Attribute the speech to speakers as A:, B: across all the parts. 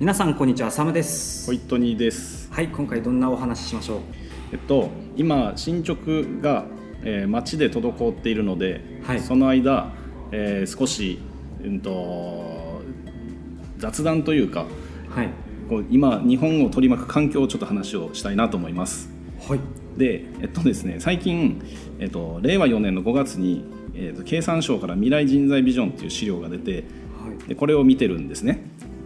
A: 皆さんこんにちはサムです
B: ホイットニーです。
A: はい今回どんなお話ししましょ
B: えっと今進捗が、えー街で滞っているので、
A: はい
B: その間、えー少し、うん、と雑談というか
A: うはい
B: こう今日本を取り巻く環境をちょっと話をしたいなと思います。
A: はい
B: でえっとですね最近、えっと、令和4年の5月に、えっと、経産省から未来人材ビジョンっていう資料が出てでこれを見てるんですね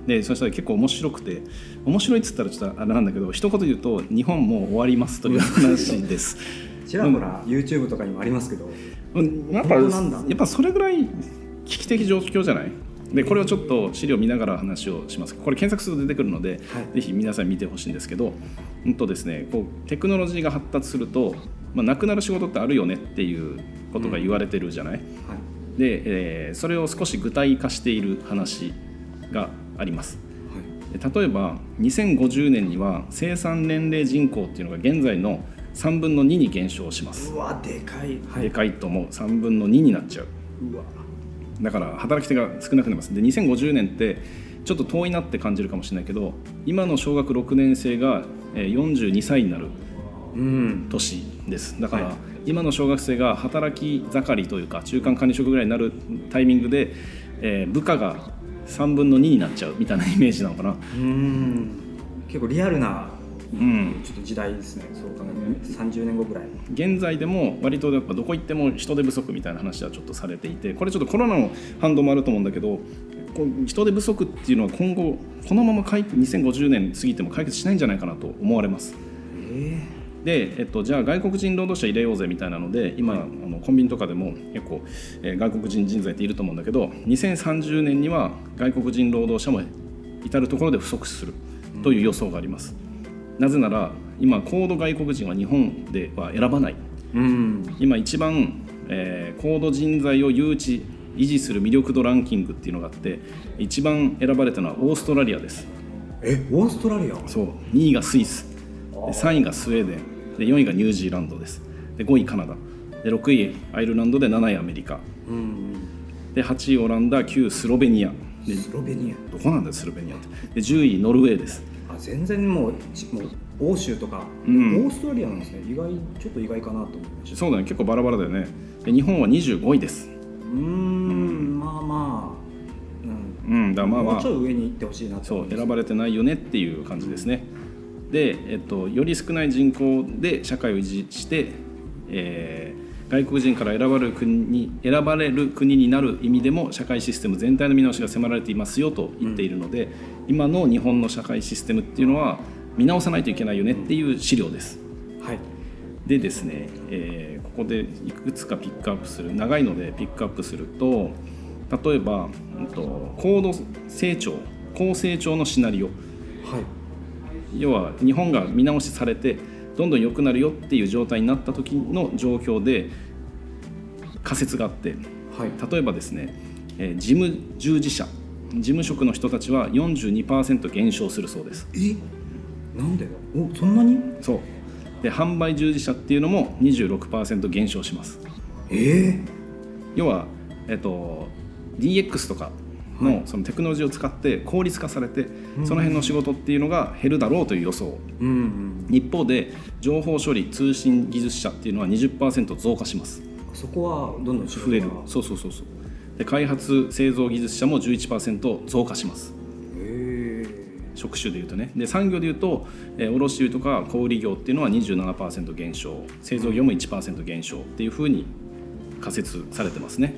B: でそしたら結構面白くて面白いっつったらちょっとあれなんだけど一言言うと日本もう終わりますという話です、
A: ちらほら YouTube とかにもありますけど
B: うん、 やっぱ
A: 本
B: や
A: 当なんだ
B: っぱそれぐらい危機的状況じゃないでこれをちょっと資料見ながら話をしますこれ検索すると出てくるので、
A: はい
B: ぜひ皆さん見てほしいんですけど、うんとですね、こうテクノロジーが発達すると、まあ、なくなる仕事ってあるよねっていうことが言われてるじゃない、
A: はい
B: で、えーそれを少し具体化している話があります
A: は
B: で例えば2050年には生産年齢人口っていうのが現在の3分の2に減少します
A: い、うわでかいは
B: でかいと思う3分の2になっちゃう
A: うわ
B: だから働き手が少なくなりますで2050年ってちょっと遠いなって感じるかもしれないけど今の小学6年生がえー42歳になる
A: うん
B: 年ですだから、
A: はい
B: 今の小学生が働き盛りというか中間管理職ぐらいになるタイミングで、えー部下が3分の2になっちゃうみたいなイメージなのかな、
A: うん結構リアルな
B: うん、
A: ちょっと時代ですねそう考えたら30年後ぐらい
B: 現在でも割とやっぱどこ行っても人手不足みたいな話はちょっとされていてこれちょっとコロナの反動もあると思うんだけどこう人手不足っていうのは今後このまま解2050年過ぎても解決しないんじゃないかなと思われます。
A: え
B: で、えっと、じゃあ外国人労働者入れようぜみたいなので今、あのコンビニとかでも結構、えー外国人人材っていると思うんだけど2030年には外国人労働者も至る所で不足するという予想があります、なぜなら今高度外国人は日本では選ばない
A: えうん
B: 今一番、えー高度人材を誘致維持する魅力度ランキングっていうのがあって一番選ばれたのはオーストラリアです
A: えオーストラリア
B: そう2位がスイスで3位がスウェーデンで4位がニュージーランドですで5位カナダで6位アイルランドで7位アメリカ
A: うん
B: で8位オランダ9位スロベニアで
A: スロベニ
B: どこなんだよスロベニアってで10位ノルウェーです
A: アあ全然もうちもう欧州とか、
B: うん
A: オーストラリアなんですね意外ちょっと意外かなと思いました
B: そうだね結構バラバラだよねで日本は25位です
A: うーんまあまあ、うん
B: うんだからまあまあ
A: もうちょい上に行ってほしいなと
B: そ
A: 思
B: う
A: います
B: 選ばれてないよねっていう感じですね。で、えっと、より少ない人口で社会を維持して、えー外国人から選ばれる国に選ばれる国になる意味でも社会システム全体の見直しが迫られていますよと言っているので、今の日本の社会システムっていうのは見直さないといけないよねっていう資料です。
A: はい
B: でですね、えーここでいくつかピックアップする長いのでピックアップすると例えば、うんと、高度成長高成長のシナリオ
A: はい
B: 要は日本が見直しされてどんどん良くなるよっていう状態になった時の状況で仮説があって
A: はい
B: 例えばですね、えー事務従事者事務職の人たちは42%減少するそうです
A: えなんでだおそんなに
B: そうで販売従事者っていうのも26%減少します
A: ええ
B: 要は、えっと、DX とかのそのテクノロジーを使って効率化されて、その辺の仕事っていうのが減るだろうという予想
A: うん、
B: 一方で情報処理通信技術者っていうのは20%増加します
A: うん、そこはどんどん仕事
B: 増える
A: が
B: そうそうそうそうで開発製造技術者も11%増加します
A: え
B: 職種でいうとねで産業でいうと、えー卸売とか小売業っていうのは27%減少製造業も1%減少っていうふうに仮説されてますね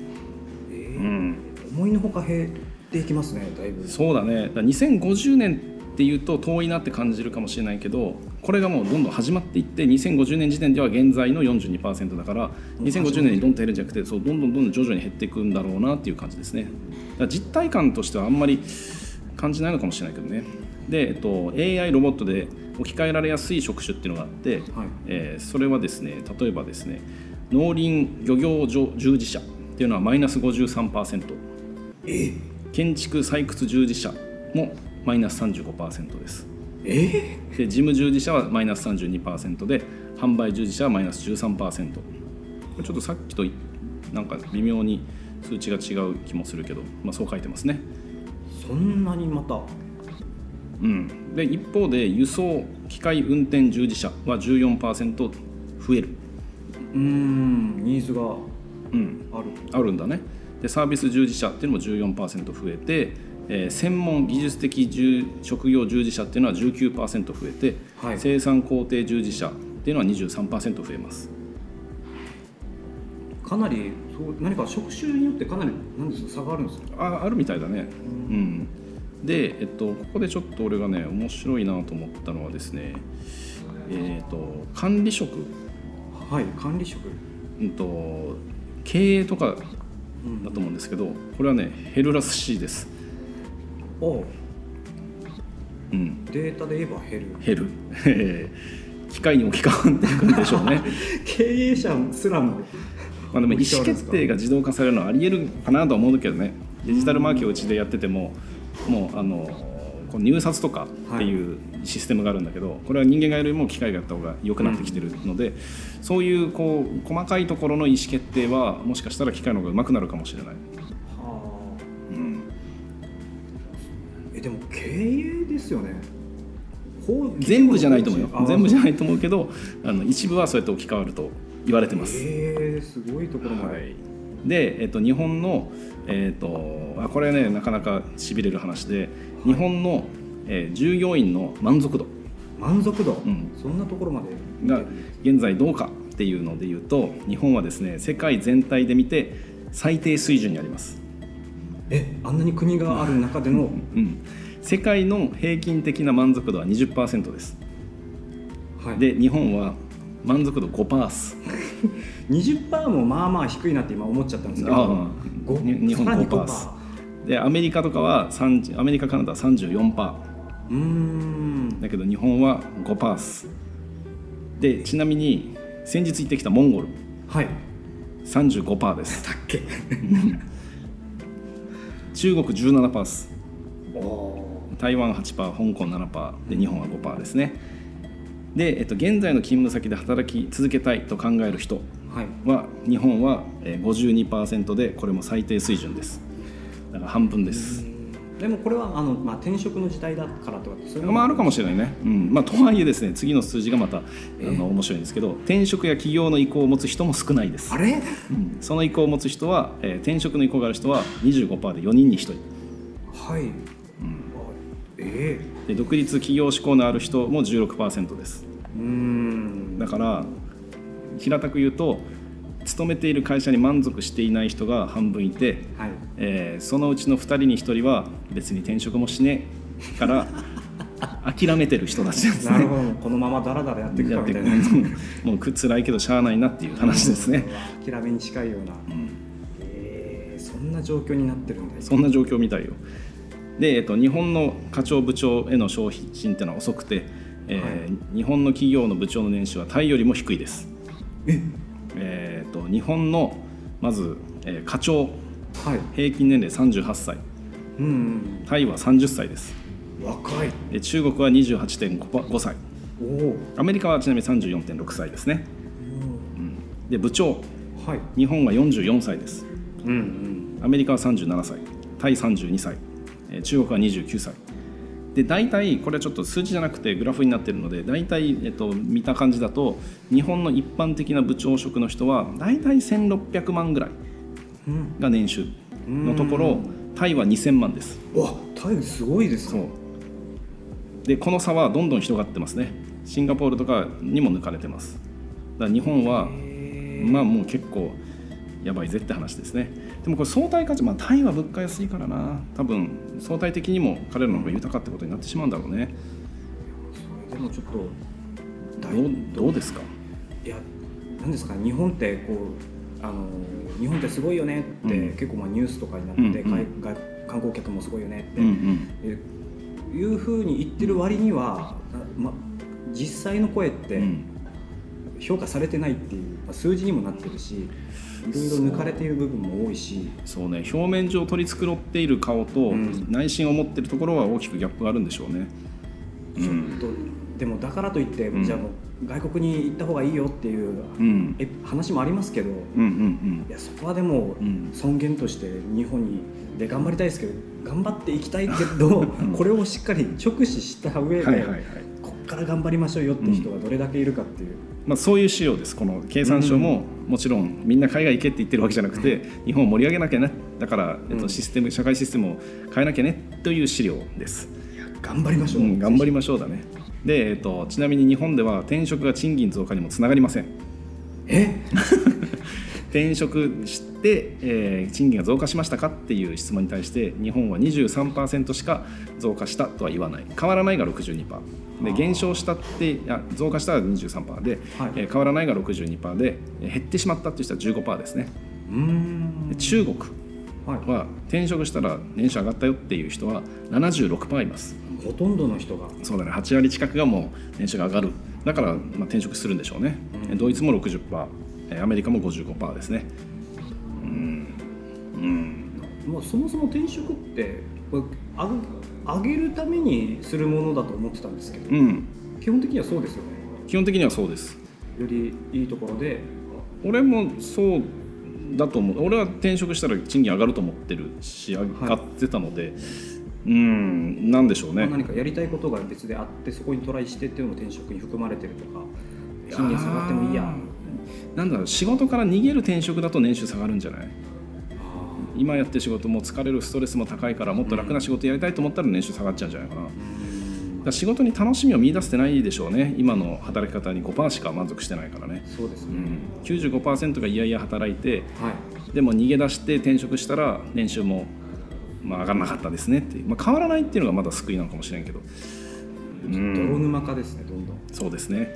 A: ええ
B: う
A: え
B: ん
A: 思いのほか減っていきますねだいぶ
B: そうだねだから2050年っていうと遠いなって感じるかもしれないけどこれがもうどんどん始まっていって2050年時点では現在の42%だから2050年にどんと減るんじゃなくてそうどんどんどんどん徐々に減っていくんだろうなっていう感じですね。だから実体感としてはあんまり感じないのかもしれないけどね。で、えっと、AI ロボットで置き換えられやすい職種っていうのがあって、
A: はい
B: えーそれはですね例えばですね農林漁業従事者っていうのはマイナス53%。
A: え
B: 建築採掘従事者もマイナス35%です
A: え
B: で事務従事者はマイナス32%で販売従事者はマイナス13%これちょっとさっきといなんか微妙に数値が違う気もするけど、まあ、そう書いてますね
A: そんなにまた
B: うん、で一方で輸送機械運転従事者は14%増える、
A: うんニーズが
B: うん、
A: ある
B: あるんだねでサービス従事者っていうのも14%増えて、えー専門技術的従職業従事者っていうのは19%増えて、
A: はい
B: 生産工程従事者っていうのは23%増えます
A: かなりそう何か職種によってかなり何ですか差があるんですか
B: ああるみたいだねうんで、えっと、ここでちょっと俺がね面白いなと思ったのはですねえっと管理職、
A: はい管理職
B: うん、と経営とか
A: うん
B: だと思うんですけどこれはね減るらしいです、
A: おう
B: うん、
A: データで言えば減る
B: 減 る機械に置き換わっていくんでしょうね
A: 経営者すらも
B: まあ、でも意思決定が自動化されるのはありえるかなとは思うけどねデジタルマーケをうちでやっててももうあのこう入札とかっていうシステムがあるんだけど、これは人間がやるよりも機械がやった方が良くなってきてるので、そういうこう細かいところの意思決定はもしかしたら機械の方がうまくなるかもしれない。
A: はあ
B: うん
A: えでも経営ですよねこう
B: 全部じゃないと思う
A: あ
B: よ全部じゃないと思うけどあの一部はそうやって置き換わると言われてます。
A: えー、すごいところまで、
B: はい、で、えっと、日本の、えっと、あこれねなかなかしびれる話で日本の、えー従業員の満足度
A: 満足度、
B: ん
A: そんなところまで
B: が現在どうかっていうので言うと日本はですね世界全体で見て最低水準にあります、
A: えあんなに国がある中での、
B: うん、世界の平均的な満足度は20%です
A: はい、
B: で日本は満足度5%っす
A: 20%もまあまあ低いなって今思っちゃったんですけ
B: ああ
A: どご
B: に日本
A: さらに
B: 5%でアメリカとかは30アメリカカナダは34%
A: うーん
B: だけど日本は5パースでちなみに先日行ってきたモンゴル
A: はい
B: 35パーです
A: だっけ
B: 中国17パース
A: おお
B: 台湾8パー香港7パーで日本は5パーですねで、えっと、現在の勤務先で働き続けたいと考える人
A: ーはい
B: は日本はえー52%でこれも最低水準ですだから半分です
A: でもこれはあの、まあ、転職の時代だからとかってそういうの
B: まあ、あるかもしれないね、うんまあ、とはいえですね次の数字がまたあの面白いんですけど転職や企業の意向を持つ人も少ないです
A: あれ
B: うんその意向を持つ人は、えー転職の意向がある人は25%で4人に1人
A: はい、あえ
B: で独立企業志向のある人も16%です
A: えうーん
B: だから平たく言うと勤めている会社に満足していない人が半分いて、
A: はい
B: えーそのうちの2人に1人は別に転職もしねえから諦めてる人たちなんです
A: なる
B: ね。
A: ほどこのままダラダラやっていく
B: や
A: か
B: っ
A: み
B: て
A: たい
B: く
A: な
B: もうく辛いけどしゃあないなっていう話ですね。
A: うん諦めに近いような、えーそんな状況になってるんです
B: そんな状況みたいよ。で、えっと、日本の課長部長への昇進っていうのは遅くて、えー日本の企業の部長の年収はタイよりも低いです。
A: え
B: えー、と日本のまず、えー課長
A: はい
B: 平均年齢38歳
A: うん、
B: タイは30歳です
A: うん、若い
B: で中国は28.5歳
A: おお、
B: アメリカはちなみに34.6歳ですねで部長
A: はい
B: 日本は44歳です
A: うんうん
B: アメリカは37歳タイ32歳えー中国は29歳で大体これはちょっと数字じゃなくてグラフになってるので大体、えっと、見た感じだと日本の一般的な部長職の人は大体1600万ぐらい
A: うん
B: が年収のところタイは2000万です
A: うわタイすごいです
B: そう
A: ね
B: でこの差はどんどん広がってますねシンガポールとかにも抜かれてますだから日本は
A: へ
B: まあもう結構やばいぜって話ですねでもこれ相対価値まあタイは物価安いからな多分相対的にも彼らの方が豊かってことになってしまうんだろうね
A: ーそれでもちょっと
B: ど
A: だ
B: うどうですか
A: いやなんですかね日本ってこうあの日本ってすごいよねって、
B: うん
A: 結構まあニュースとかになって、
B: うんうん
A: 外外観光客もすごいよねって、
B: うんうん
A: えいうふうに言ってる割には、あま、実際の声っ
B: う
A: て
B: ん
A: 評価されてないっていう、まあ数字にもなってるしいろいろ抜かれている部分も多いし
B: そうね表面上取り繕っている顔と
A: うん
B: 内心を持っているところは大きくギャップがあるんでしょうね、
A: ちょっ
B: うん
A: とでもだからといって、
B: うん
A: じゃあもう外国に行った方がいいよっていう、
B: うん
A: え話もありますけどい
B: うんうん
A: やそこはでも
B: うんうん
A: 尊厳として日本にで頑張りたいですけど頑張っていきたいけど、これをしっかり直視した上で、
B: はいはいはい
A: こっから頑張りましょうよって人がどれだけいるかっていう、
B: まあ、そういう仕様ですこの経産省ももちろんみんな海外行けって言ってるわけじゃなくて日本を盛り上げなきゃねだから、えっ
A: う
B: と、
A: ん
B: システム社会システムを変えなきゃねという資料です、
A: 頑張りましょ
B: う
A: う、
B: ん、頑張りましょうだねで、えっと、ちなみに日本では転職が賃金増加にもつながりません
A: え
B: 転職して、えー賃金が増加しましたかっていう質問に対して日本は23%しか増加したとは言わない変わらないが62%で
A: あー
B: 減少したっていや増加したら23%で、
A: はい
B: えー変わらないが62%でえー減ってしまったっていう人は15%ですね
A: うーん
B: で中国
A: はい、
B: は転職したら年収上がったよっていう人は76%います
A: ほとんどの人が
B: そうだね8割近くがもう年収が上がるだから、まあ、転職するんでしょうね、
A: うん
B: ドイツも60%えーアメリカも55%ですねうんうん
A: もうそもそも転職ってこれあ上げるためにするものだと思ってたんですけど、
B: うん、
A: 基本的にはそうですよね
B: 基本的にはそうです
A: よりいいところで
B: 俺もそうだと思う俺は転職したら賃金上がると思ってるし上
A: い
B: がってたので、うんなんでしょうね
A: 何かやりたいことが別であってそこにトライしてっていうのも転職に含まれてるとか
B: いやー
A: 賃金下がってもいいや
B: なんだろう仕事から逃げる転職だと年収下がるんじゃない今やってる仕事も疲れるストレスも高いからもっと楽な仕事やりたいと思ったら年収下がっちゃうんじゃないかな、だから仕事に楽しみを見出せてないでしょうね今の働き方に5%しか満足してないからね、
A: そうです
B: う
A: ね、
B: ん、95%がいやいや働いて
A: はい
B: でも逃げ出して転職したら年収も、まあ、上がらなかったですねっていう、まあ、変わらないっていうのがまだ救いなのかもしれんけど、うん
A: 泥沼化ですねどんどん
B: そうですね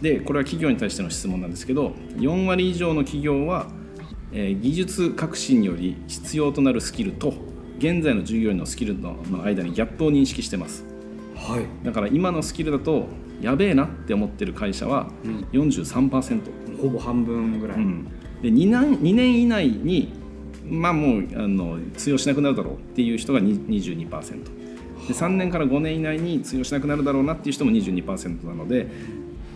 B: でこれは企業に対しての質問なんですけど4割以上の企業は、えー技術革新により必要となるスキルと現在の従業員のスキルのの間にギャップを認識してます
A: はい、
B: だから今のスキルだとやべえなって思ってる会社は
A: う
B: 43%、
A: ん、ほぼ半分ぐらい、
B: うん、で 2, 年2年以内にまあもうあの通用しなくなるだろうっていう人がに22%で3年から5年以内に通用しなくなるだろうなっていう人も22%なので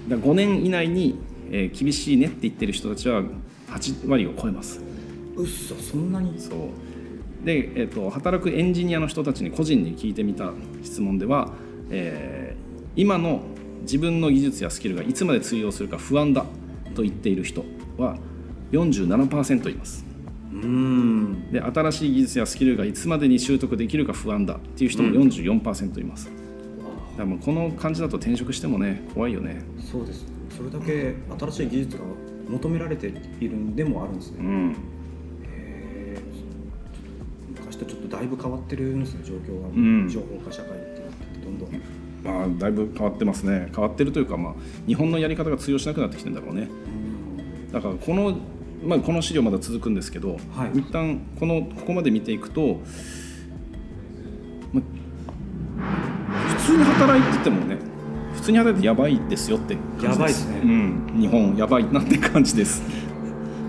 B: だ5年以内に、えー厳しいねって言ってる人たちは8割を超えます
A: うっそそんなに
B: そうで、えー、と働くエンジニアの人たちに個人に聞いてみた質問では、えー今の自分の技術やスキルがいつまで通用するか不安だと言っている人は47%います
A: うーん
B: で新しい技術やスキルがいつまでに習得できるか不安だっていう人も44%います、だからもうこの感じだと転職してもね怖いよね
A: そうですそれだけ新しい技術が求められているんでもあるんです
B: う
A: ね、
B: ん
A: へー昔とちょっとだいぶ変わってるんですね状況が、
B: ん
A: 情報化社会ってなっててどんどん、
B: まあだいぶ変わってますね変わってるというかまあ日本のやり方が通用しなくなってきてんだろうねだからこの、まあ、この資料まだ続くんですけど、
A: はい
B: 一旦このここまで見ていくと、まあ普通に働いててもね普通に働いてやばいですよって感じです
A: やばいですね
B: うん、日本やばいなって感じです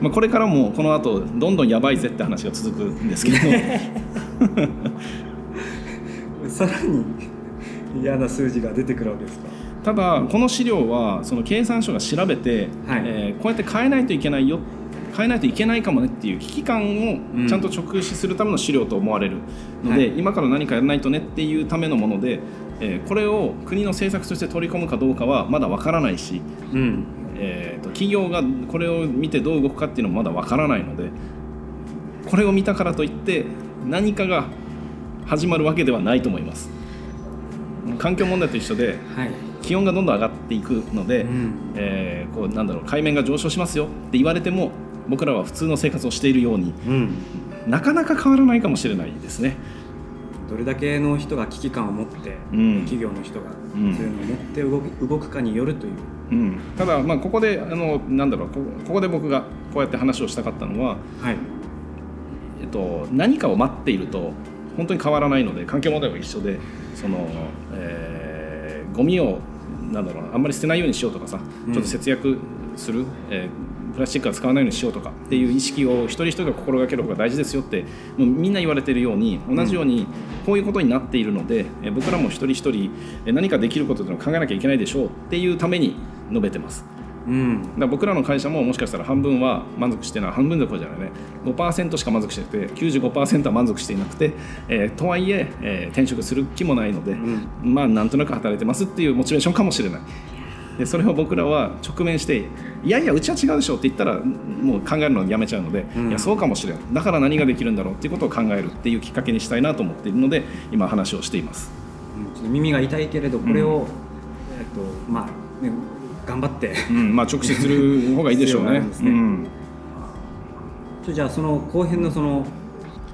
B: まあこれからもこの後どんどんやばいぜって話が続くんですけど
A: うんさらに嫌な数字が出てくるわけですか
B: ただこの資料はその経産省が調べて、
A: はい
B: えーこうやって変えないといけないよ変えないといけないかもねっていう危機感
A: う
B: を
A: ん
B: ちゃんと直視するための資料と思われるので、
A: はい
B: 今から何かやらないとねっていうためのもので、えーこれを国の政策として取り込むかどうかはまだわからないし、
A: うん
B: えーと企業がこれを見てどう動くかっていうのもまだわからないのでこれを見たからといって何かが始まるわけではないと思います。環境問題と一緒で
A: はい、
B: 気温がどんどん上がっていくので、
A: うん
B: えーこうなんだろう海面が上昇しますよって言われても僕らは普通の生活をしているように
A: うん、
B: なかなか変わらないかもしれないですね。
A: どれだけの人が危機感を持って、
B: うん
A: 企業の人がそう
B: う
A: い
B: ん
A: うのを持って動く動くかによるという、
B: うん、ただまあここであのなんだろうこここで僕がこうやって話をしたかったのは、
A: はい、
B: えっと、何かを待っていると本当に変わらないので環境問題は一緒でその、えーゴミをなんだろうなあんまり捨てないようにしようとかさ
A: うん
B: ちょっと節約する、えープラスチックは使わないようにしようとかっていう意識を一人一人が心がける方が大事ですよってもうみんな言われてるように同じようにこういうことになっているので、え僕らも一人一人え何かできることっていうのを考えなきゃいけないでしょうっていうために述べてます。
A: うん
B: だから僕らの会社ももしかしたら半分は満足してない半分どころじゃないね5%しか満足してなくて95%は満足していなくて、えーとはいええー転職する気もないので、
A: ん
B: まあなんとなく働いてますっていうモチベーションかもしれないでそれを僕らは直面していやいやうちは違うでしょって言ったらもう考えるのをやめちゃうので、
A: ん
B: いやそうかもしれないだから何ができるんだろうっていうことを考えるっていうきっかけにしたいなと思っているので今話をしています。
A: うんちょっと耳が痛いけれどこれを、えっとまあ、ね、頑張って
B: うんまあ、直視する方がいいでしょう
A: 必要
B: ね
A: なんですね
B: うん
A: ちょじゃあその後編のその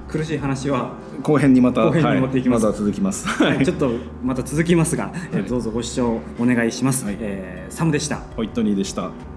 A: 苦しい話は、
B: 後編にまた
A: 後編に
B: はい
A: 持っていきます
B: まだ続きます。
A: ちょっとまた続きますが、えー
B: はい
A: どうぞご視聴お願いします、
B: はい
A: えーサムでした
B: ホイットニーでした。